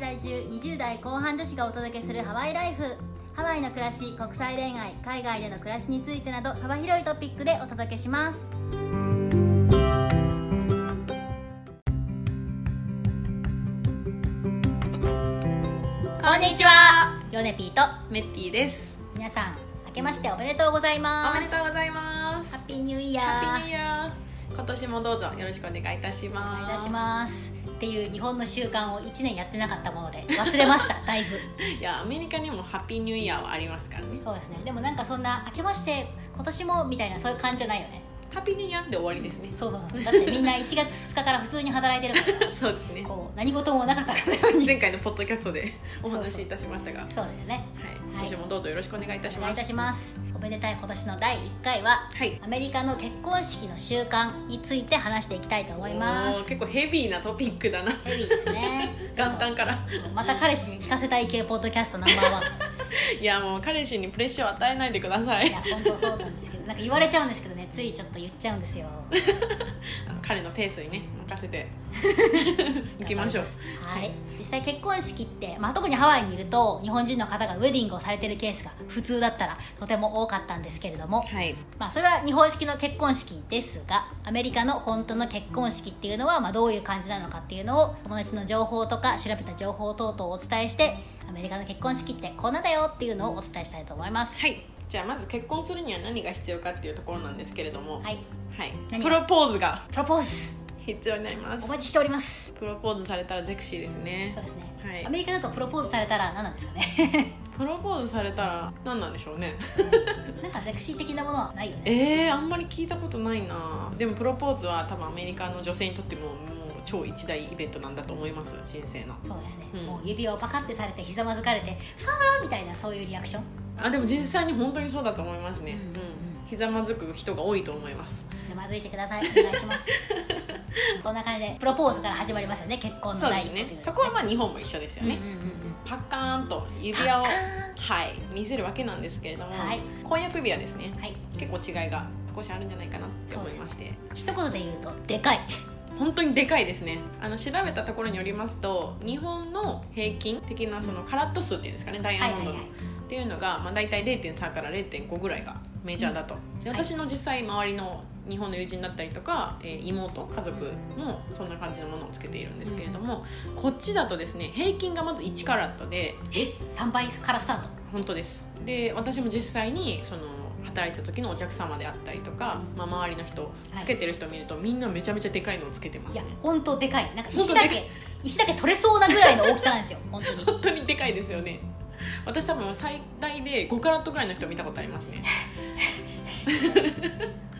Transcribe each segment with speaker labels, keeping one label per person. Speaker 1: 20代後半女子がお届けするハワイライフハワイの暮らし国際恋愛海外での暮らしについてなど幅広いトピックでお届けします
Speaker 2: こんにちは
Speaker 1: ヨネピーと
Speaker 2: メッティです
Speaker 1: 皆さん明けましておめでとうございま
Speaker 2: お
Speaker 1: す
Speaker 2: めでとうございます
Speaker 1: ハッピーニューイヤー
Speaker 2: ハッピーニューイヤー今年もどうぞよろしくお願いいたし
Speaker 1: お
Speaker 2: ます
Speaker 1: 願いいたしますっていう日本の習慣を1年やってなかったもので忘れ ましただいぶ
Speaker 2: いやアメリカにもハッピーニューイヤーはありますからね
Speaker 1: そうですねでもなんかそんな明けまして今年もみたいなそういう感じじゃないよね
Speaker 2: ハッピーニューイヤーで終わりです ね
Speaker 1: そうそうそうだってみんな1月2日から普通に働いてるから
Speaker 2: そうですね
Speaker 1: こう何事もなかったかのよう に
Speaker 2: 前回のポッドキャストでお
Speaker 1: そう
Speaker 2: 話
Speaker 1: そう
Speaker 2: しいたしましたが
Speaker 1: そうですね
Speaker 2: はい
Speaker 1: い
Speaker 2: 今年もどうぞよろしくお願いいたし
Speaker 1: お願
Speaker 2: ま
Speaker 1: いいた
Speaker 2: す
Speaker 1: しますおめでたい今年の第1回は
Speaker 2: はい
Speaker 1: アメリカの結婚式の習慣について話していきたいと思いま
Speaker 2: おー
Speaker 1: す
Speaker 2: 結構ヘビーなトピックだな
Speaker 1: ヘビーですね
Speaker 2: 元旦から
Speaker 1: また彼氏に聞かせたい系ポッドキャストナンバーワン
Speaker 2: いやもう彼氏にプレッシャーを与えないでくださ
Speaker 1: い
Speaker 2: い
Speaker 1: や本当そうなんですけどなんか言われちゃうんですけどねついちょっと言っちゃうんですよ
Speaker 2: あの彼のペースにね任せ て行きましょう
Speaker 1: はい実際結婚式って、まあ、特にハワイにいると日本人の方がウェディングをされてるケースが普通だったらとても多かったんですけれども、
Speaker 2: はい
Speaker 1: まあ、それは日本式の結婚式ですがアメリカの本当の結婚式っていうのは、まあ、どういう感じなのかっていうのを友達の情報とか調べた情報等々をお伝えしてアメリカの結婚式ってこんなだよっていうのをお伝えしたいと思います
Speaker 2: はいじゃあまず結婚するには何が必要かっていうところなんですけれども
Speaker 1: はい
Speaker 2: はい、
Speaker 1: 何
Speaker 2: プ
Speaker 1: が
Speaker 2: ロポーズが
Speaker 1: プロポーズ
Speaker 2: 必要になりま
Speaker 1: お
Speaker 2: す
Speaker 1: 待ちしております
Speaker 2: プロポーズされたらゼクシーですね
Speaker 1: そうですね、
Speaker 2: はい
Speaker 1: アメリカだとプロポーズされたら何なんですかね
Speaker 2: プロポーズされたら何なんでしょうね
Speaker 1: なんかゼクシー的なものはないよね
Speaker 2: えー、あんまり聞いたことないなでもプロポーズは多分アメリカの女性にとってももう超一大イベントなんだと思います人生の
Speaker 1: そうですね、
Speaker 2: うん
Speaker 1: もう指をパカってされてひざまずかれて「ファー」みたいなそういうリアクション
Speaker 2: あでも実際に本当にそうだと思いますね
Speaker 1: うん
Speaker 2: うんひざまずく人が多いと思います
Speaker 1: つまずいてくださいお願いします そんな感じでプロポーズから始まりますよね結婚
Speaker 2: そ
Speaker 1: の
Speaker 2: うで
Speaker 1: 第
Speaker 2: す
Speaker 1: 一歩という
Speaker 2: ねそこはまあ日本も一緒ですよね、
Speaker 1: うんうんうん
Speaker 2: パッカーンと指輪を
Speaker 1: パッ
Speaker 2: はい見せるわけなんですけれども、
Speaker 1: はい
Speaker 2: 婚約指輪ですね
Speaker 1: うんはい
Speaker 2: 結構違いが少しあるんじゃないかなって思いまして、
Speaker 1: 一言で言うとでかい
Speaker 2: 本当にでかいですねあの調べたところによりますと日本の平均的なそのカラット数っていうんですかねダイヤ
Speaker 1: はい
Speaker 2: モン
Speaker 1: はい
Speaker 2: ド
Speaker 1: はい
Speaker 2: のっていうのが、まあ、大体0.3から0.5ぐらいがメジャーだと、で
Speaker 1: はい
Speaker 2: 私の実際周りの日本の友人だったりとか、えー妹家族もそんな感じのものをつけているんですけれども、こっちだとですね平均がまず1カラットで
Speaker 1: え3倍からスタート
Speaker 2: 本当ですで私も実際にその働いてた時のお客様であったりとか、まあ、周りの人
Speaker 1: い
Speaker 2: つけてる人を見ると、みんなめちゃめちゃでかいのをつけてます
Speaker 1: い
Speaker 2: ね
Speaker 1: や本当でかいなんか
Speaker 2: ほん
Speaker 1: 石
Speaker 2: とでか
Speaker 1: だ
Speaker 2: い
Speaker 1: け石だけ取れそうなぐらいの大きさなんですよ本当に
Speaker 2: 本当にでかいですよね私多分最大で5カラットぐらいの人見たことあります ね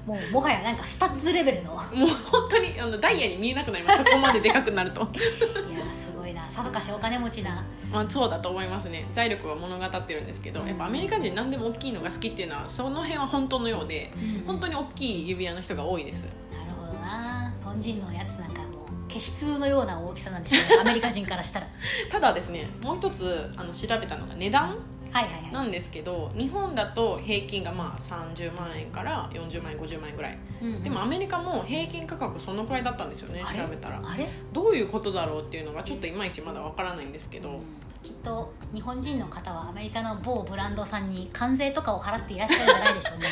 Speaker 1: もうもはやなんかスタッツレベルの
Speaker 2: もう本当にあのダイヤに見えなくなりますそこまででかくなると
Speaker 1: いやすごいなさぞかしお金持ちな
Speaker 2: まあそうだと思いますね財力は物語ってるんですけどやっぱアメリカ人何でも大きいのが好きっていうのはその辺は本当のようで本当
Speaker 1: に
Speaker 2: に大きい指輪の人が多いです
Speaker 1: なるほどな日本人のやつなんかもう消し通のような大きさなんでしょ うねアメリカ人からしたら
Speaker 2: ただですねもう一つあの調べたのが値段
Speaker 1: はいはいは
Speaker 2: なんですけど日本だと平均がまあ30万円から40万円50万円ぐらい
Speaker 1: い、うんうん
Speaker 2: でもアメリカも平均価格そのくらいだったんですよね
Speaker 1: あれ
Speaker 2: 調べたら
Speaker 1: あれ
Speaker 2: どういうことだろうっていうのがちょっといまいちまだわからないんですけど
Speaker 1: きっと日本人の方はアメリカの某ブランドさんに関税とかを払っていらっしゃるんじゃないでしょうね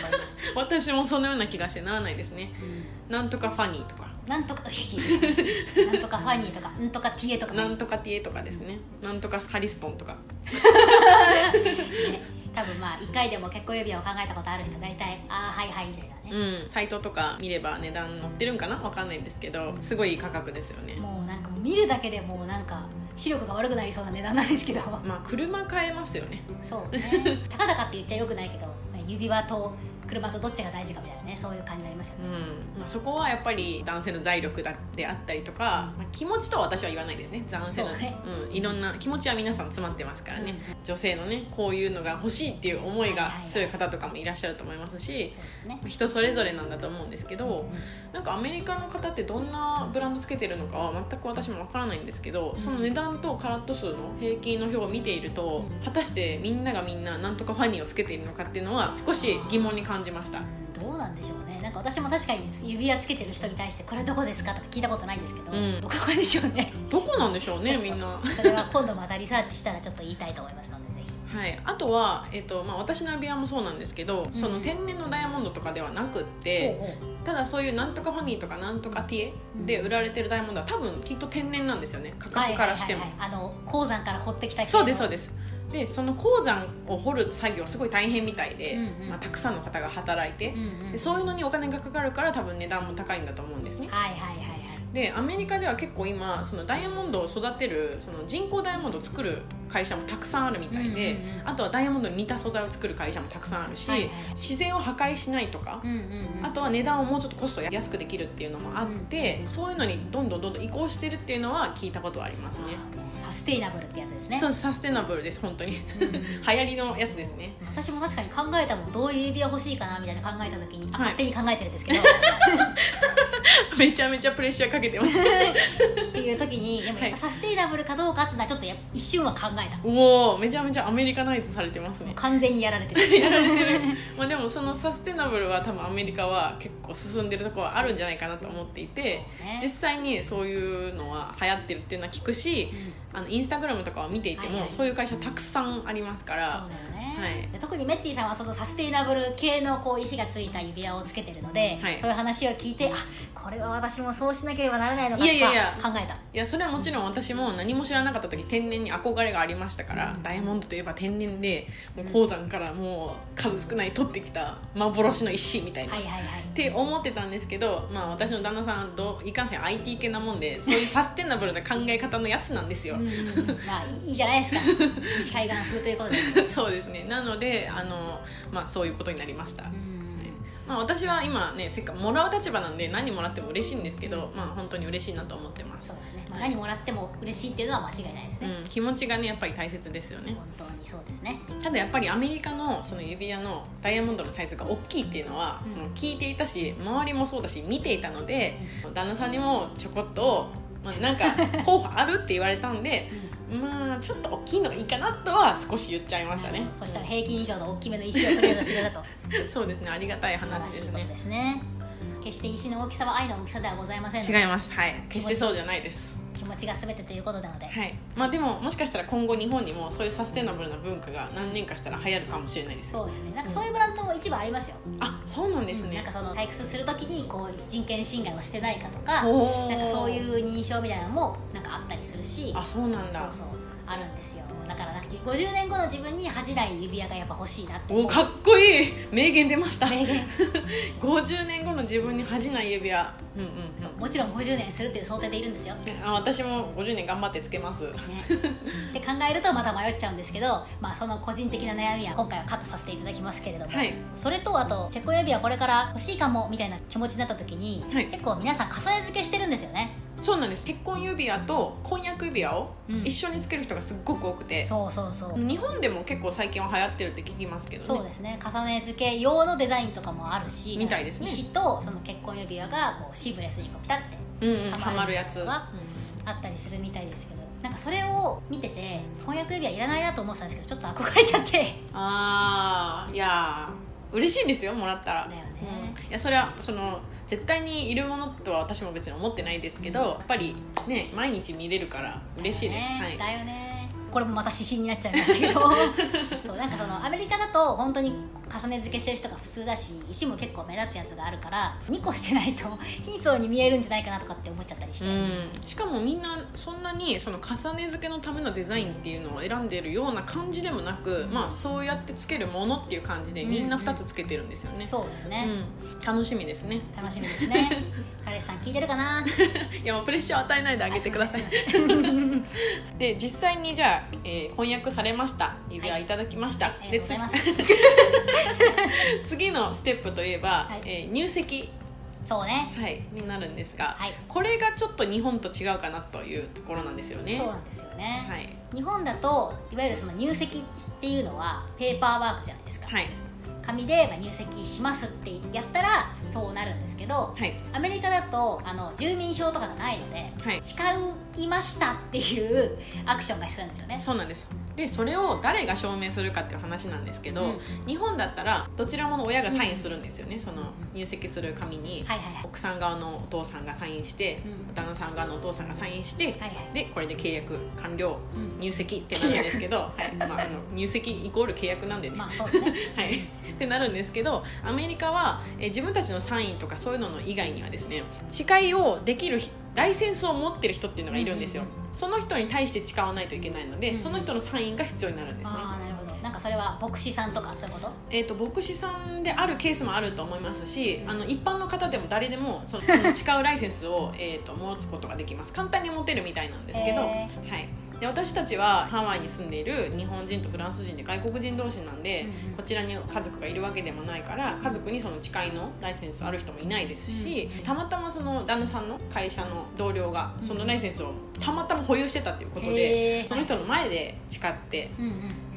Speaker 2: 私もそのような気がしてならないですね
Speaker 1: これ
Speaker 2: なんとかファニーとか
Speaker 1: なんとかなんとかファニーとかなんとかティエとか、
Speaker 2: なんとかティエとかですねなんとかハリストンとか
Speaker 1: 多分まあ1回でも結婚指輪を考えたことある人は大体ああはいはいみたいな
Speaker 2: う
Speaker 1: ね、
Speaker 2: んサイトとか見れば値段載ってるんかなわかんないんですけどすごいいい価格ですよね
Speaker 1: もうなんかもう見るだけでもうなんか視力が悪くなりそうな値段なんですけど
Speaker 2: まあ車買えますよね
Speaker 1: そうね高々って言っちゃよくないけど、まあ指輪と車とどっちが大事かみたいなねそういう感じになりますよね
Speaker 2: うんまあ、そこはやっぱり男性の財力だであったりとか、まあ、気持ちとは私は言わないですね男性の
Speaker 1: そうね
Speaker 2: うん、いろんな気持ちは皆さん詰まってますからね、
Speaker 1: う
Speaker 2: 女性のねこういうのが欲しいっていう思い
Speaker 1: は
Speaker 2: が
Speaker 1: いはいはい
Speaker 2: 強い方とかもいらっしゃると思いますし
Speaker 1: そうですね
Speaker 2: まあ人それぞれなんだと思うんですけどなんかアメリカの方ってどんなブランドつけてるのかは全く私もわからないんですけどその値段とカラット数の平均の表を見ていると
Speaker 1: うん
Speaker 2: 果たしてみんながみんななんとかファニーをつけているのかっていうのは少し疑問に感じました。
Speaker 1: うんどうなんでしょうねなんか私も確かに指輪つけてる人に対して「これどこですか?」とか聞いたことないんですけど、
Speaker 2: うん
Speaker 1: どこがでしょうね
Speaker 2: どこなんでしょうねみんな
Speaker 1: それは今度またリサーチしたらちょっと言いたいと思いますのでぜひ
Speaker 2: はい、あとは、えっとまあ、私の指輪もそうなんですけど、
Speaker 1: ん
Speaker 2: その天然のダイヤモンドとかではなくって、
Speaker 1: ほうほう
Speaker 2: ただそういうなんとかファニーとかなんとかティエで売られてるダイヤモンドは多分きっと天然なんですよね価格からしても、
Speaker 1: はいはいはいはいあの鉱山から掘ってきた
Speaker 2: そうですそう
Speaker 1: で
Speaker 2: ですでその鉱山を掘る作業すごい大変みたいで、
Speaker 1: うんうん
Speaker 2: まあ、たくさんの方が働いて、
Speaker 1: うんうん
Speaker 2: でそういうのにお金がかかるから多分値段も高いんだと思うんですね
Speaker 1: はいはいはいはい
Speaker 2: でアメリカでは結構今そのダイヤモンドを育てるその人工ダイヤモンドを作る会社もたくさんあるみたいで、
Speaker 1: うんうんうん
Speaker 2: あとはダイヤモンドに似た素材を作る会社もたくさんあるし、
Speaker 1: はいはい
Speaker 2: 自然を破壊しないとか、
Speaker 1: うんうんうん
Speaker 2: あとは値段をもうちょっとコストを安くできるっていうのもあって、そういうのにどんどんどんどん移行してるっていうのは聞いたことはありますね。
Speaker 1: あーもうサステイナブルってやつですね
Speaker 2: そうサステナブルです本当に 流行りのやつですね
Speaker 1: 私も確かに考えたもんどういう指輪欲しいかなみたいな考えた時に、
Speaker 2: はい
Speaker 1: あ勝手に考えてるんです けど
Speaker 2: めちゃめちゃプレッシャーかけてます
Speaker 1: っていう時にでもやっぱサステイナブルかどうかってのはちょっとやっぱ一瞬は考えた
Speaker 2: おおめちゃめちゃアメリカナイズされてますね
Speaker 1: 完全にやられてる
Speaker 2: やられてるまあでもそのサステナブルは多分アメリカは結構進んでるところはあるんじゃないかなと思っていて
Speaker 1: ね
Speaker 2: 実際にそういうのは流行ってるっていうのは聞くしあのインスタグラムとかを見ていて
Speaker 1: はいは
Speaker 2: も
Speaker 1: い
Speaker 2: そういう会社たくさんありますか
Speaker 1: そう
Speaker 2: ら
Speaker 1: だよね、
Speaker 2: はい
Speaker 1: で特にメッティさんはそのサステイナブル系のこう石がついた指輪をつけてるので、
Speaker 2: はい
Speaker 1: そういう話を聞いてあこれは私もそうしなければならないのか
Speaker 2: い
Speaker 1: と
Speaker 2: やいやいや
Speaker 1: か考えた
Speaker 2: いやそれはもちろん私も何も知らなかった時天然に憧れがありましたから、
Speaker 1: うん
Speaker 2: ダイヤモンドといえば天然でもう鉱山からもう数少ない取ってきた幻の石みたいな、
Speaker 1: はい
Speaker 2: っ
Speaker 1: はいはい
Speaker 2: て思ってたんですけど、まあ、私の旦那さんどういかんせん IT 系なもんでそう いうサステナブルな考え方のやつなんですよ、
Speaker 1: うんまあいいじゃな いですか西海岸風ということで、う
Speaker 2: そうですねなのであの、まあ、そういうことになりました、
Speaker 1: ん
Speaker 2: まあ、私は今ねせっかくもらう立場なんで何もらっても嬉しいんですけど、まあ、本当に嬉しいなと思ってます
Speaker 1: そう、ですね、まあ、何もらっても嬉しいっていうのは間違いないですね、
Speaker 2: うん、気持ちがねやっぱり大切ですよね
Speaker 1: 本当にそうですね
Speaker 2: ただやっぱりアメリカのその指輪のダイヤモンドのサイズが大きいっていうのは、
Speaker 1: うん
Speaker 2: もう聞いていたし周りもそうだし見ていたので、旦那さんにもちょこっと、まあ、なんか候補あるって言われたんで まあちょっと大きいのがいいかなとは少し言っちゃいましたね
Speaker 1: そしたら平均以上の大きめの石をプレゼントしてくれたと
Speaker 2: そうですねありがたい
Speaker 1: 素晴ら
Speaker 2: 話
Speaker 1: し
Speaker 2: で
Speaker 1: い
Speaker 2: す
Speaker 1: こと
Speaker 2: ね
Speaker 1: ですね決して石の大きさは愛の大きさではございませんので
Speaker 2: 違いますはい決してそうじゃないです
Speaker 1: 気持ちが全てということなので、
Speaker 2: はいまあでももしかしたら今後日本にもそういうサステナブルな文化が何年かしたら流行るかもしれないですよ
Speaker 1: そうですねなんかそういうブランドも一部ありますよ、
Speaker 2: あそうなんです
Speaker 1: うんなん
Speaker 2: ね
Speaker 1: か、その退屈するときにこう人権侵害をしてないかとか
Speaker 2: おー
Speaker 1: なんかそういう認証みたいなのもなんかあったりするし
Speaker 2: あそうなん
Speaker 1: そう
Speaker 2: だ
Speaker 1: そうあるんですよだからなんか50年後の自分に8台指輪がやっぱ欲しいなって
Speaker 2: おかっこいい名言出ました
Speaker 1: 名言
Speaker 2: 50年後の自分に恥じない指輪うんうんうん
Speaker 1: そうもちろん50年するっていう想定でいるんですよ、ね、
Speaker 2: ねあ私も50年頑張ってつけます
Speaker 1: って考えるとまた迷っちゃうんですけど、まあ、その個人的な悩みは今回はカットさせていただきますけれども、
Speaker 2: はい
Speaker 1: それとあと結婚指輪これから欲しいかもみたいな気持ちになった時に、
Speaker 2: はい
Speaker 1: 結構皆さん重ね付けしてるんですよね
Speaker 2: そうなんです結婚指輪と婚約指輪を
Speaker 1: うん
Speaker 2: 一緒につける人がすっごく多くて、
Speaker 1: そうそうそう、
Speaker 2: 日本でも結構最近は流行ってるって聞きますけど
Speaker 1: そ
Speaker 2: ね
Speaker 1: うですね重ね付け用のデザインとかもあるし
Speaker 2: みたいですね
Speaker 1: 石とその結婚指輪がこうシーブレスにこうピタって
Speaker 2: うんうん
Speaker 1: は
Speaker 2: は
Speaker 1: ま
Speaker 2: ま
Speaker 1: る
Speaker 2: る
Speaker 1: や
Speaker 2: や
Speaker 1: つ
Speaker 2: つ、
Speaker 1: はあったりするみたいですけどなんかそれを見てて婚約指輪いらないなと思ってたんですけどちょっと憧れちゃって
Speaker 2: あーいやー嬉しいんですよもらったら
Speaker 1: だよね
Speaker 2: うんいやそれはその絶対にいるものとは私も別に思ってないですけど、やっぱりね毎日見れるから嬉しいです、
Speaker 1: ね
Speaker 2: はい
Speaker 1: だよねこれもまた指針になっちゃいま したけどそうなんかそのアメリカだと本当に重ね付けしてる人が普通だし石も結構目立つやつがあるから2個してないと貧相に見えるんじゃないかなとかって思っちゃったりして、
Speaker 2: うん、しかもみんなそんなにその重ね付けのためのデザインっていうのを選んでるような感じでもなく、まあ、そうやってつけるものっていう感じでみんな2つつけてるんですよね、
Speaker 1: そうですね、
Speaker 2: うん楽しみですね
Speaker 1: 楽しみで すね彼氏さん聞いてるかない
Speaker 2: やもうプレッシャー与えないであげてください
Speaker 1: あすませんすいません
Speaker 2: で実際にじゃあ、えー婚約されました指 輪いただきました、
Speaker 1: あり
Speaker 2: で
Speaker 1: がとうござい
Speaker 2: つ
Speaker 1: ます
Speaker 2: 次のステップといえば、
Speaker 1: はい
Speaker 2: えー入籍、
Speaker 1: そうね
Speaker 2: はい、になるんですが、
Speaker 1: はい
Speaker 2: これがちょっと日本と違うかなというところなんですよね
Speaker 1: そうなんですよね、
Speaker 2: はい
Speaker 1: 日本だといわゆるその入籍っていうのはペーパーワークじゃないですか、
Speaker 2: はい
Speaker 1: 紙でまあ入籍しますってやったらそうなるんですけど
Speaker 2: はい
Speaker 1: アメリカだとあの住民票とかがないので
Speaker 2: はい
Speaker 1: 誓いましたっていうアクションが必要なんですよね
Speaker 2: そうなんですでそれを誰が証明するかっていう話なんですけど、
Speaker 1: うん
Speaker 2: 日本だったらどちらもの親がサインするんですよね、その入籍する紙に、
Speaker 1: はいはいはい
Speaker 2: 奥さん側のお父さんがサインして、
Speaker 1: うん
Speaker 2: 旦那さん側のお父さんがサインして、
Speaker 1: はいはい
Speaker 2: でこれで契約完了
Speaker 1: うん
Speaker 2: 入籍ってなるんですけど、はいまあ、あの入籍イコール契約なんでね、
Speaker 1: まあそうです ね
Speaker 2: はい、ってなるんですけどアメリカは、えー自分たちのサインとかそういうのの以外にはですね誓いをできるひライセンスを持ってる人っていうのがいるんですよ、
Speaker 1: うんう
Speaker 2: その人に対して誓わないといけないので、
Speaker 1: うんうん
Speaker 2: その人のサインが必要になるんですね、
Speaker 1: ああなるほどなんかそれは牧師さんとかそういうこと
Speaker 2: えー、と牧師さんであるケースもあると思いますしあの一般の方でも誰でもその その誓うライセンスを、えー、と持つことができます簡単に持てるみたいなんですけど、
Speaker 1: へ
Speaker 2: はい、で私たちはハワイに住んでいる日本人とフランス人で外国人同士なんで、
Speaker 1: うんうん
Speaker 2: こちらに家族がいるわけでもないから家族にその誓いのライセンスある人もいないですし、たまたまその旦那さんの会社の同僚がそのライセンスをたまたま保有してたということ
Speaker 1: へー
Speaker 2: でその人の前で誓って
Speaker 1: うん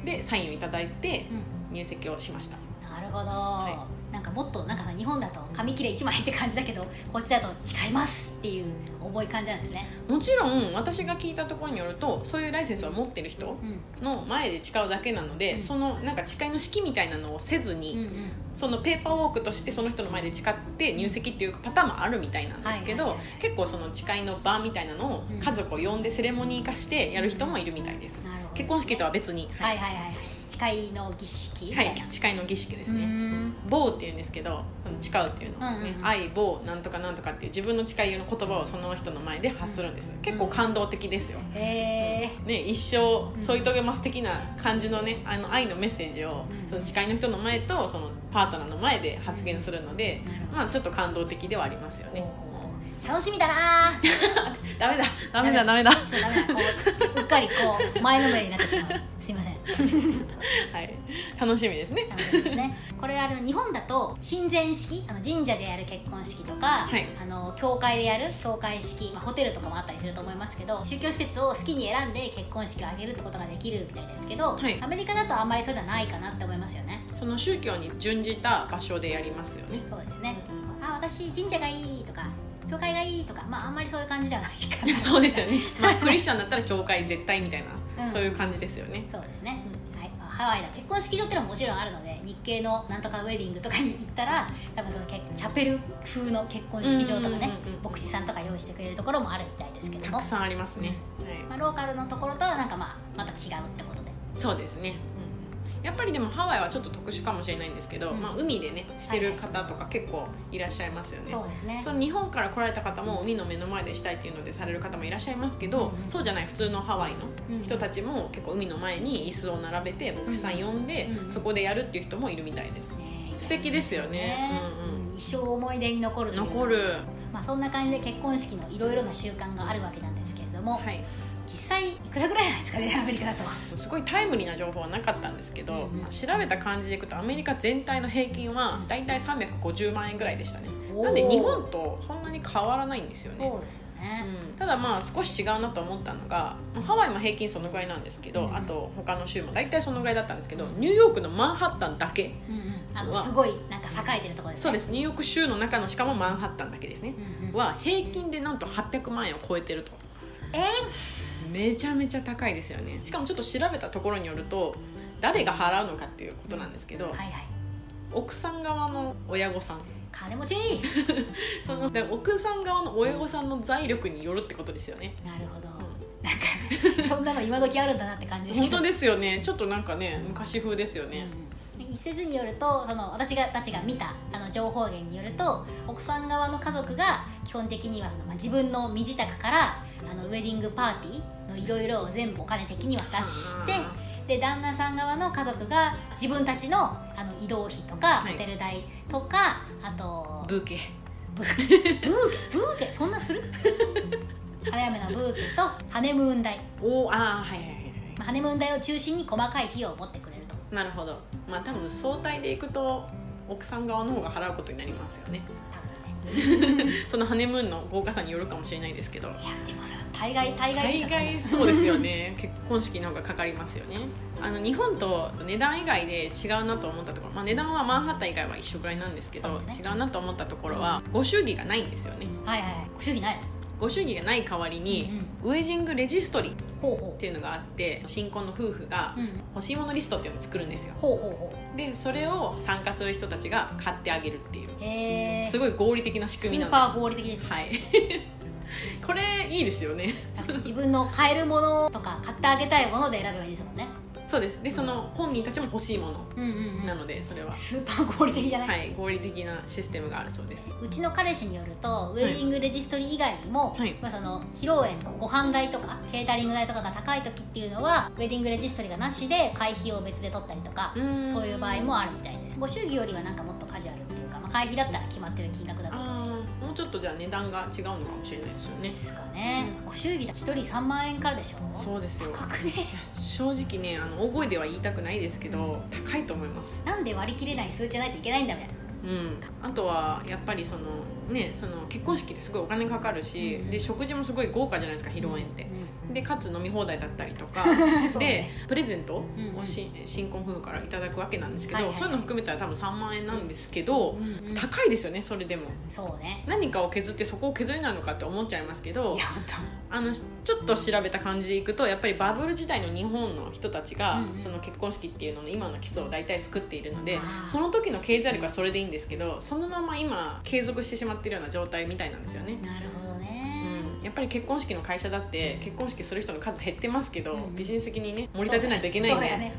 Speaker 1: うん
Speaker 2: でサインをいただいて
Speaker 1: うん
Speaker 2: 入籍をしました。
Speaker 1: なるほど、
Speaker 2: は
Speaker 1: なんかもっとなんかさ日本だと紙切れ1枚って感じだけどこっちだと誓いますっていう重い感じなんですね
Speaker 2: もちろん私が聞いたところによるとそういうライセンスを持ってる人
Speaker 1: うん
Speaker 2: の前で誓うだけなので、
Speaker 1: うん
Speaker 2: そのなんか誓いの式みたいなのをせずに、
Speaker 1: うんうん
Speaker 2: そのペーパーウォークとしてその人の前で誓って入籍っていうパターンもあるみたいなんですけど、
Speaker 1: はいはいはい
Speaker 2: 結構その誓いの場みたいなのを
Speaker 1: うん
Speaker 2: 家族を呼んでセレモニー化してやる人もいるみたいです、
Speaker 1: なるほど
Speaker 2: 結婚式とは別に、
Speaker 1: はいいはいはいはい誓いの儀式
Speaker 2: は
Speaker 1: みた
Speaker 2: い
Speaker 1: な
Speaker 2: 誓いの儀式です
Speaker 1: うー
Speaker 2: ね
Speaker 1: ん
Speaker 2: 「棒」っていうんですけどその誓うっていうのをですね
Speaker 1: うんうんう
Speaker 2: 「
Speaker 1: ん
Speaker 2: 愛棒なんとかなんとか」っていう自分の誓いの言葉をその人の前で発するんです結構感動的ですよ、
Speaker 1: へえ
Speaker 2: ね、一生添い遂げます的な感じのねあの愛のメッセージを
Speaker 1: うん
Speaker 2: その誓いの人の前とそのパートナーの前で発言するので
Speaker 1: なるほ、ど
Speaker 2: まあ、ちょっと感動的ではありますよね
Speaker 1: 楽しみだなー
Speaker 2: ダメ だダメだダメだ
Speaker 1: ちょっとダメだこううっかりこう前のめりになってしまうすいません
Speaker 2: はい楽しみですね
Speaker 1: 楽しみですねこれあの日本だと親善式あの神社でやる結婚式とか、
Speaker 2: はい
Speaker 1: あの教会でやる教会式、まあ、ホテルとかもあったりすると思いますけど宗教施設を好きに選んで結婚式を挙げるってことができるみたいですけど、
Speaker 2: はい
Speaker 1: アメリカだとあんまりそうじゃないかなって思いますよね
Speaker 2: その宗教に準じた場所でやりますよね
Speaker 1: そうですねあ私神社がいいとか教会がいいとかまああんまりそういう感じではないか な
Speaker 2: そうですよね、 まあ、クリスチャンだったら教会絶対みたいな、
Speaker 1: うん
Speaker 2: そういう感じですよね
Speaker 1: そうですね、はいまあハワイだ結婚式場っていうのはもちろんあるので日系のなんとかウェディングとかに行ったら多分その結チャペル風の結婚式場と
Speaker 2: う
Speaker 1: かね
Speaker 2: んうんうんうん
Speaker 1: 牧師さんとか用意してくれるところもあるみたいですけど
Speaker 2: た
Speaker 1: も
Speaker 2: く、さんありますね、はい
Speaker 1: まあ、ローカルのところとはなんか、まあ、また違うってことで
Speaker 2: そうですね、うん、やっぱりでもハワイはちょっと特殊かもしれないんですけど、
Speaker 1: うん
Speaker 2: まあ、海でねしてる方とか結構いらっしゃいますよね、
Speaker 1: そうですね
Speaker 2: その日本から来られた方も海の目の前でしたいっていうのでされる方もいらっしゃいますけど、
Speaker 1: うんうん
Speaker 2: そうじゃない普通のハワイ
Speaker 1: うん
Speaker 2: の人たちも結構海の前に椅子を並べて牧師さん呼んで、
Speaker 1: うん
Speaker 2: そこでやるっていう人もいるみたいです、
Speaker 1: ね
Speaker 2: 素敵ですよねうんうん
Speaker 1: うん一生思い出に残るというか
Speaker 2: 残る
Speaker 1: まあ、そんな感じで結婚式のいろいろな習慣があるわけなんですけれども、
Speaker 2: はい
Speaker 1: 実際いくらぐらいなんですかねア メリカだと
Speaker 2: すごいタイムリーな情報はなかったんですけど、
Speaker 1: うんうん
Speaker 2: まあ調べた感じでいくとアメリカ全体の平均はだいたい350万円ぐらいでしたね
Speaker 1: おー
Speaker 2: なんで日本とそんなに変わらないんですよね
Speaker 1: そうですよね、
Speaker 2: うんただまあ少し違うなと思ったのが、まあハワイも平均そのぐらいなんですけど、
Speaker 1: うん
Speaker 2: あと他の州も大体そのぐらいだったんですけどニューヨークのマンハッタンだけ
Speaker 1: うんうん、あの
Speaker 2: うわ
Speaker 1: すごいなんか栄えてるところです
Speaker 2: そう
Speaker 1: ね
Speaker 2: ですニューヨーク州の中のしかもマンハッタンだけですね、
Speaker 1: うんうん
Speaker 2: は平均でなんと800万円を超えてると
Speaker 1: え
Speaker 2: めちゃめちゃ高いですよねしかもちょっと調べたところによると誰が払うのかっていうことなんですけど、
Speaker 1: ー、はいはい
Speaker 2: 奥さん側の親御さん
Speaker 1: 金 持ち
Speaker 2: そので奥さん側の親御さんの財力によるってことですよね、
Speaker 1: なるほど、
Speaker 2: うん
Speaker 1: なんかそんなの今時あるんだなって感じですけ
Speaker 2: 本
Speaker 1: ど
Speaker 2: 当ですよねちょっとなんかね昔風ですよね、
Speaker 1: うん一説によるとその私がたちが見たあの情報源によると奥さん側の家族が基本的にはその、まあ、自分の身支度からあのウェディングパーティーのいろいろを全部お金的に渡して
Speaker 2: あ
Speaker 1: で旦那さん側の家族が自分たちのあの移動費とか、
Speaker 2: はい
Speaker 1: ホテル代とかあと
Speaker 2: ーブーケ
Speaker 1: ブーケブーケブーケそんな する花嫁のブーケとハネムーン代、
Speaker 2: おおああはいはいはい
Speaker 1: まあ、ハネムーン代を中心に細かい費用を持ってくれると
Speaker 2: なるほどまあ多分相対でいくと奥さん側の方が払うことになりますよね
Speaker 1: 多分ね
Speaker 2: そのハネムーンの豪華さによるかもしれないですけど
Speaker 1: いやでもさ大概大概で
Speaker 2: 大
Speaker 1: しょ
Speaker 2: 概そうですよね結婚式の方がかかりますよねあの日本と値段以外で違うなと思ったところ、まあ、値段はマンハッタン以外は一緒ぐらいなんですけど
Speaker 1: そうですね
Speaker 2: 違うなと思ったところはご祝儀がないんですよね
Speaker 1: そんなはいはい不主義ないの
Speaker 2: ご主義がない代わりに、ウェディングレジストリーっ
Speaker 1: ほうほ
Speaker 2: ていうのがあって新婚の夫婦が
Speaker 1: う、うん、
Speaker 2: 欲しいものリストっていうのを作るんですよ
Speaker 1: ほうほうほ
Speaker 2: でそれを参加する人たちが買ってあげるっていう
Speaker 1: うへえ
Speaker 2: すごい合理的な仕
Speaker 1: ス
Speaker 2: 組みなん
Speaker 1: ー
Speaker 2: です
Speaker 1: パー合理的ですね
Speaker 2: はいこれいい ですよね
Speaker 1: 確かに自分の買えるものとか買ってあげたいもので選べばいいですもんね
Speaker 2: そうですでその本人たちも欲しいもの
Speaker 1: うんうん、うん、
Speaker 2: なのでそれは
Speaker 1: スーパー合理的じゃない、
Speaker 2: はい合理的なシステムがあるそうです
Speaker 1: うちの彼氏によるとウェディングレジストリー以外にも、
Speaker 2: はい
Speaker 1: まあ、その披露宴のご飯代とかケータリング代とかが高い時っていうのはウェディングレジストリーがなしで会費を別で取ったりとかそういう場合もあるみたいですご祝儀よりはなんかもっとカジュアルっていうか、まあ、会費だったら決まってる金額だと思うし
Speaker 2: ああもうちょっとじゃあ値段が違うのかもしれないですよね
Speaker 1: ですかね、ご祝儀だ1人3万円からでしょ
Speaker 2: そうですよ
Speaker 1: 高くね
Speaker 2: いや正直ねあの大声では言いたくないですけど高いと思います
Speaker 1: なんで割り切れない数字じゃないといけないんだみたいな
Speaker 2: うんあとはやっぱりそのねその結婚式ってすごいお金かかるし、
Speaker 1: うん
Speaker 2: で食事もすごい豪華じゃないですか披露宴って、でかつ飲み放題だったりと か
Speaker 1: そ
Speaker 2: で
Speaker 1: うね
Speaker 2: プレゼントを
Speaker 1: うんうん
Speaker 2: し新婚夫婦からいただくわけなんですけど、
Speaker 1: はいはいはい
Speaker 2: そういうの含めたら多分3万円なんですけど、
Speaker 1: うんうん
Speaker 2: 高いですよねそれでも
Speaker 1: そうね
Speaker 2: 何かを削ってそこを削れないのかって思っちゃいますけど
Speaker 1: いや本
Speaker 2: あのちょっと調べた感じでいくとやっぱりバブル時代の日本の人たちが、
Speaker 1: うんうん
Speaker 2: その結婚式っていうのの今の基礎を大体作っているので
Speaker 1: あー
Speaker 2: その時の経済力はそれでいいんですけどそのまま今継続してしまっているような状態みたいなんですよね
Speaker 1: 当。なるほど
Speaker 2: う
Speaker 1: ね、
Speaker 2: ん、やっぱり結婚式の会社だって結婚式する人の数減ってますけど、
Speaker 1: うんうん
Speaker 2: ビジネス的にね盛り立てないといけないんで
Speaker 1: そうだよね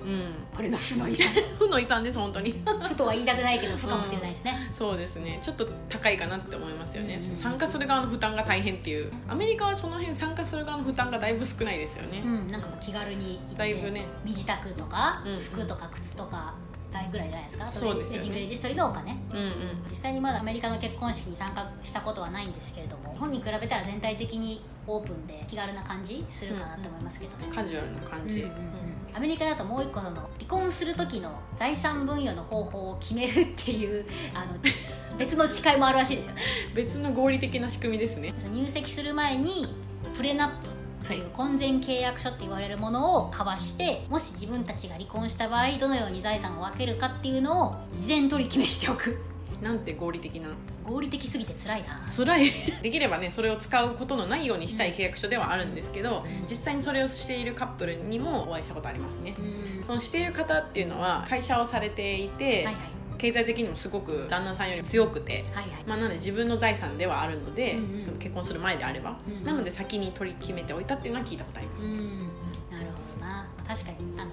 Speaker 1: 俺の負の遺産
Speaker 2: うん、 負の遺産です本当に
Speaker 1: 負とは言いたくないけど負かもしれないですね、
Speaker 2: そうですねちょっと高いかなって思いますよね、
Speaker 1: うんうん
Speaker 2: 参加する側の負担が大変っていうアメリカはその辺参加する側の負担がだいぶ少ないですよね、
Speaker 1: うん、なんか気軽に行って
Speaker 2: だいぶね
Speaker 1: 身支度とか、
Speaker 2: うん
Speaker 1: 服とか靴とか代ぐらいじゃないですか
Speaker 2: そうですよね
Speaker 1: ウェディングレジストリーのお金
Speaker 2: うんうん
Speaker 1: 実際にまだアメリカの結婚式に参加したことはないんですけれども日本に比べたら全体的にオープンで気軽な感じするかなと思いますけどね、
Speaker 2: カジュアルな感
Speaker 1: うんう
Speaker 2: じ、
Speaker 1: んうんアメリカだともう一個その離婚する時の財産分与の方法を決めるっていうあの別の誓いもあるらしいですよね
Speaker 2: 別の合理的な仕組みですね
Speaker 1: その入籍する前にプレナップという婚前契約書って言われるものを交わしてもし自分たちが離婚した場合どのように財産を分けるかっていうのを事前取り決めしておく
Speaker 2: なんて合理的な
Speaker 1: 合理的すぎて辛いな
Speaker 2: 辛い できればねそれを使うことのないようにしたい契約書ではあるんですけど
Speaker 1: うん
Speaker 2: 実際にそれをしているカップルにもお会いしたことありますねそのしている方っていうのは会社をされていて、
Speaker 1: はいはい
Speaker 2: 経済的にもすごく旦那さんより強くて、
Speaker 1: はいはい
Speaker 2: まあ、なので自分の財産ではあるので、
Speaker 1: うんうん
Speaker 2: その結婚する前であれば、
Speaker 1: うんうん
Speaker 2: なので先に取り決めておいたっていうのは聞いたことあります、
Speaker 1: うんなるほどな確かにあの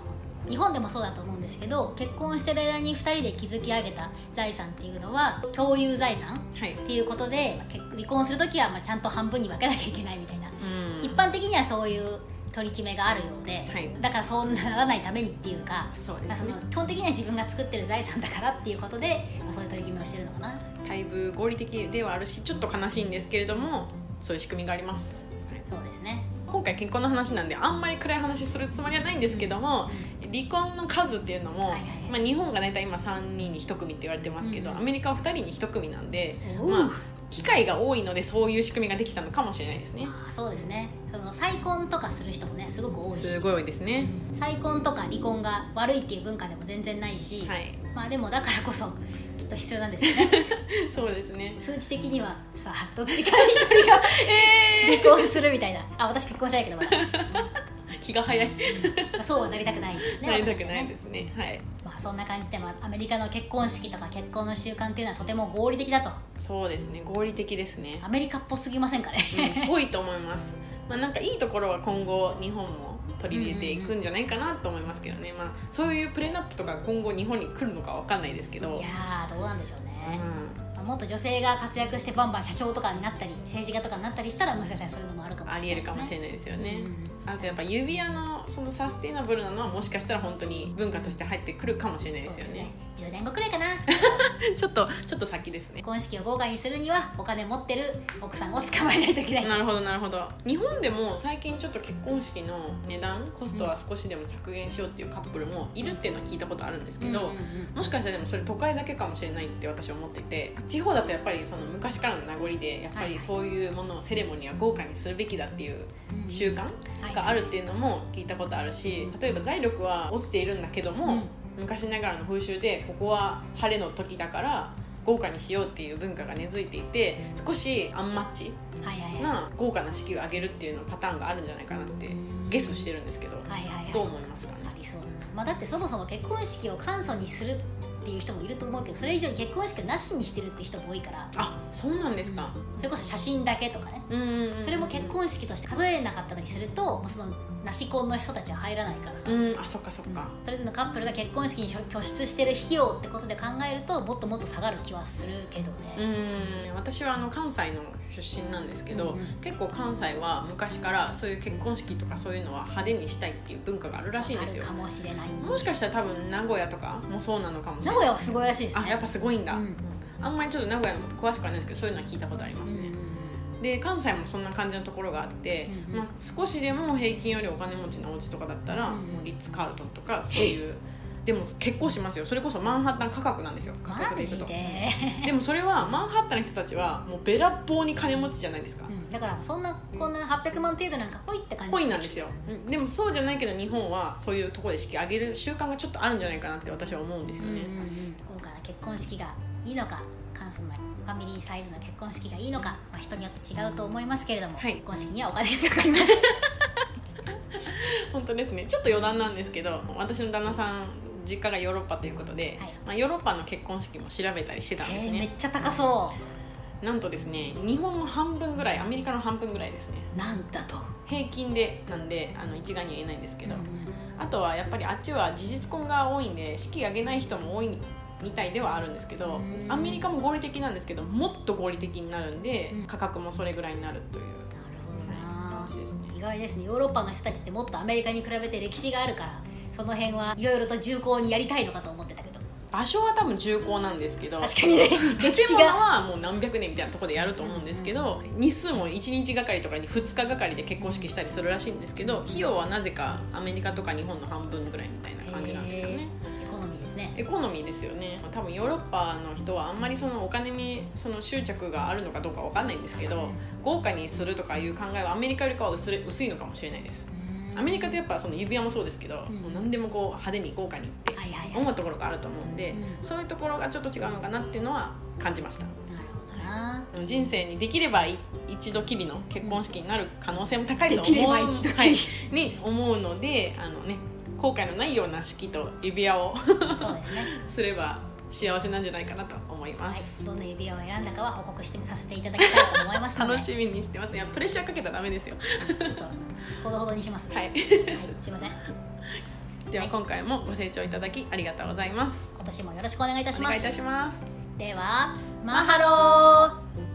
Speaker 1: 日本でもそうだと思うんですけど結婚してる間に2人で築き上げた財産っていうのは共有財産
Speaker 2: はい、
Speaker 1: っていうことでまあ結離婚する時はまあちゃんと半分に分けなきゃいけないみたいな
Speaker 2: うん
Speaker 1: 一般的にはそういう取り決めがあるようで、
Speaker 2: はい
Speaker 1: だからそうならないためにっていうか、
Speaker 2: そう
Speaker 1: ま
Speaker 2: で
Speaker 1: あ、そ
Speaker 2: す
Speaker 1: の
Speaker 2: ね
Speaker 1: 基本的には自分が作ってる財産だからっていうことで、まあ、そういう取り決めをしてるのかな
Speaker 2: だいぶ合理的ではあるしちょっと悲しいんですけれどもそういう仕組みがあります、はい
Speaker 1: そうですね
Speaker 2: 今回結婚の話なんであんまり暗い話するつもりはないんですけども、離婚の数っていうのも、
Speaker 1: はいはいはい
Speaker 2: まあ、日本が大体今3人に1組って言われてますけど、
Speaker 1: うんう
Speaker 2: ア
Speaker 1: ん
Speaker 2: メリカは2人に1組なんで、
Speaker 1: おう
Speaker 2: まあ、機会が多いのでそういう仕組みができたのかもしれないですね
Speaker 1: まあそうですねその再婚とかする人もねすごく多いし
Speaker 2: すごい多いですね、
Speaker 1: 再婚とか離婚が悪いっていう文化でも全然ないし、
Speaker 2: はい
Speaker 1: まあでもだから こそきっと必要なんですよね
Speaker 2: そうですね
Speaker 1: 数値的にはさどっちか一人 が離婚するみたいなあ私結婚したいけどまだ、
Speaker 2: 気が早い
Speaker 1: まあそうはなりたくないですね
Speaker 2: なりた
Speaker 1: 私
Speaker 2: く
Speaker 1: たちは
Speaker 2: な
Speaker 1: ね
Speaker 2: いですねはい
Speaker 1: まあ、そんな感じで、まあ、アメリカの結婚式とか結婚の習慣っていうのはとても合理的だと
Speaker 2: そうですね合理的ですね
Speaker 1: アメリカっぽすぎませんかね
Speaker 2: うん多いと思いますまあなんかいいところは今後日本も取り入れていくんじゃないかなと思いますけどね、まあ、そういうプレナップとか今後日本に来るのかわかんないですけど
Speaker 1: いやーどうなんでしょうね、
Speaker 2: う
Speaker 1: まあ、もっと女性が活躍してバンバン社長とかになったり政治家とかになったりしたらもしかしたらそういうのもあるか
Speaker 2: ん
Speaker 1: もし
Speaker 2: あ
Speaker 1: れない
Speaker 2: りえるかもしれ
Speaker 1: い
Speaker 2: ないですよね、
Speaker 1: うん
Speaker 2: あとやっぱ指輪のそのサステイナブルなのはもしかしたら本当に文化として入ってくるかもしれないですよね
Speaker 1: 10年後くらいかな
Speaker 2: ちょっとちょっと先ですね
Speaker 1: 結婚式を豪華にするにはお金持ってる奥さんを捕まえないといけない
Speaker 2: なるほどなるほど日本でも最近ちょっと結婚式の値段コストは少しでも削減しようっていうカップルもいるっていうのは聞いたことあるんですけど、
Speaker 1: うんうんうん
Speaker 2: もしかしたらでもそれ都会だけかもしれないって私は思ってて地方だとやっぱりその昔からの名残でやっぱ
Speaker 1: はいは
Speaker 2: り
Speaker 1: い
Speaker 2: そういうものをセレモニーは豪華にするべきだっていう
Speaker 1: うんうん
Speaker 2: 習慣があるっていうのも聞いたことあるし例えば財力は落ちているんだけども、
Speaker 1: うん
Speaker 2: 昔ながらの風習でここは晴れの時だから豪華にしようっていう文化が根付いていて少しアンマッチ
Speaker 1: はいはいはい
Speaker 2: な豪華な式を上げるっていうのパターンがあるんじゃないかなってゲスしてるんですけど
Speaker 1: はいはいはい
Speaker 2: どう思いますかね
Speaker 1: ありそうだな、まあ、だってそもそも結婚式を簡素にするっていう人もいると思うけどそれ以上に結婚式をなしにしてるって人も多いから
Speaker 2: あそうなんですか
Speaker 1: それこそ写真だけとかね
Speaker 2: うんうんうん
Speaker 1: それも結婚式として数えなかったりするともうそのなし婚の人たちは入らないからさ、
Speaker 2: うんあそっかそっ
Speaker 1: うん
Speaker 2: か
Speaker 1: それぞれのカップルが結婚式に拠出してる費用ってことで考えるともっともっと下がる気はするけど
Speaker 2: う
Speaker 1: ね、
Speaker 2: ん私はあの関西の出身なんですけど、
Speaker 1: うんうん
Speaker 2: 結構関西は昔からそういう結婚式とかそういうのは派手にしたいっていう文化があるらしいん
Speaker 1: あ
Speaker 2: です
Speaker 1: る
Speaker 2: よ
Speaker 1: かもしれない
Speaker 2: もしかしたら多分名古屋とかもそうなのかもしれな
Speaker 1: 名
Speaker 2: い
Speaker 1: 古屋はすごいらしいですね
Speaker 2: あやっぱすごいんだ、
Speaker 1: うん
Speaker 2: あんまりちょっと名古屋のこと詳しくはないですけどそういうのは聞いたことありますね、で関西もそんな感じのところがあって、
Speaker 1: うんうん
Speaker 2: まあ、少しでも平均よりお金持ちのお家とかだったら、
Speaker 1: うん
Speaker 2: もうリッツ・カールトンとかそういうでも結構しますよそれこそマンハッタン価格なんですよ価
Speaker 1: マ
Speaker 2: 格
Speaker 1: ジ
Speaker 2: 言うと
Speaker 1: で、
Speaker 2: でもそれはマンハッタンの人たちはもうべらぼうに金持ちじゃないですか、
Speaker 1: うんだからそんなこんな800万程度なんかほいって感じ
Speaker 2: コインなんですよ、うんでもそうじゃないけど日本はそういうところで式上げる習慣がちょっとあるんじゃないかなって私は思うんです
Speaker 1: う
Speaker 2: よ
Speaker 1: んうんう
Speaker 2: ね、
Speaker 1: ん、豪華な結婚式がいいのか簡素なファミリーサイズの結婚式がいいのか、まあ、人によって違うと思いますけれども、
Speaker 2: はい
Speaker 1: 結婚式にはお金がかかります
Speaker 2: 本当ですねちょっと余談なんですけど私の旦那さん実家がヨーロッパということで、
Speaker 1: はい
Speaker 2: まあ、ヨーロッパの結婚式も調べたりしてたんです
Speaker 1: えーめっ
Speaker 2: ね
Speaker 1: ちゃ高そ
Speaker 2: なんとですね日本の半分ぐらいアメリカの半分ぐらいですね
Speaker 1: うなんだと、
Speaker 2: 平均でなんであの一概には言えないんですけど、
Speaker 1: うん
Speaker 2: あとはやっぱりあっちは事実婚が多いんで式挙げない人も多いみたいではあるんですけど
Speaker 1: うん
Speaker 2: アメリカも合理的なんですけどもっと合理的になるんで
Speaker 1: うん
Speaker 2: 価格もそれぐらいになるという
Speaker 1: なるほど
Speaker 2: 感
Speaker 1: な
Speaker 2: じですね
Speaker 1: 意外ですねヨーロッパの人たちってもっとアメリカに比べて歴史があるからその辺はいろいろと重厚にやりたいのかと思ってたけど
Speaker 2: 場所は多分重厚なんですけど
Speaker 1: 確かにね歴史
Speaker 2: 建物
Speaker 1: が
Speaker 2: はもう何百年みたいなところでやると思うんですけど日数も1日がかりとかに2日がかりで結婚式したりするらしいんですけど費用はなぜかアメリカとか日本の半分ぐらいみたいな感じなんですよね。
Speaker 1: えーエコノミーですね
Speaker 2: エコノミーですよね多分ヨーロッパの人はあんまりそのお金にその執着があるのかどうかわかんないんですけど豪華にするとかいう考えはアメリカよりかは薄れ薄いのかもしれないですアメリカってやっぱその指輪もそうですけど、
Speaker 1: うん
Speaker 2: もう何でもこう派手に豪華にって
Speaker 1: はいはいはい
Speaker 2: 思うところがあると思うんで、
Speaker 1: うん
Speaker 2: そういうところがちょっと違うのかなっていうのは感じました
Speaker 1: なるほどな
Speaker 2: 人生にできればい一度きりの結婚式になる可能性も高いと思う
Speaker 1: できれば一度きり
Speaker 2: はい、に思うのであの、ね、後悔のないような式と指輪を
Speaker 1: そうで すね
Speaker 2: すれば幸せなんじゃないかなと思いま
Speaker 1: はい
Speaker 2: す、、
Speaker 1: どんな指輪を選んだかは報告してさせていただきたいと思いますので
Speaker 2: 楽しみにしてますいやプレッシャーかけたらダメですよ
Speaker 1: ちょっとほどほどにします、
Speaker 2: はい
Speaker 1: はい、すいません
Speaker 2: では
Speaker 1: はい
Speaker 2: 今回もご清聴いただきありがとうございます
Speaker 1: 今年もよろしくお願いいたし
Speaker 2: お
Speaker 1: ます
Speaker 2: 願いいたします
Speaker 1: ではマハロー